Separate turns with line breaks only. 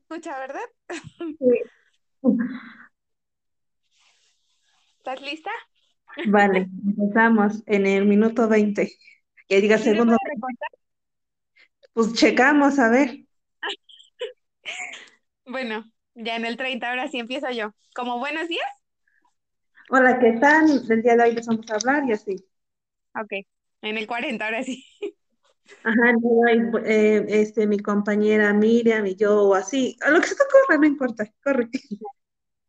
escucha, ¿verdad?
Sí.
¿Estás lista?
Vale, empezamos en el minuto 20. Que diga
¿Y le
segundo.
puedes recortar?
Pues checamos, a ver.
Bueno, ya en el 30, ahora sí empiezo yo. Como buenos días.
Hola, ¿qué tal? Del día de hoy les vamos a hablar y así.
Ok. En el 40, ahora sí.
Ajá, el día de hoy, eh, este, mi compañera Miriam y yo, o así. A lo que se te ocurra, no importa, corre.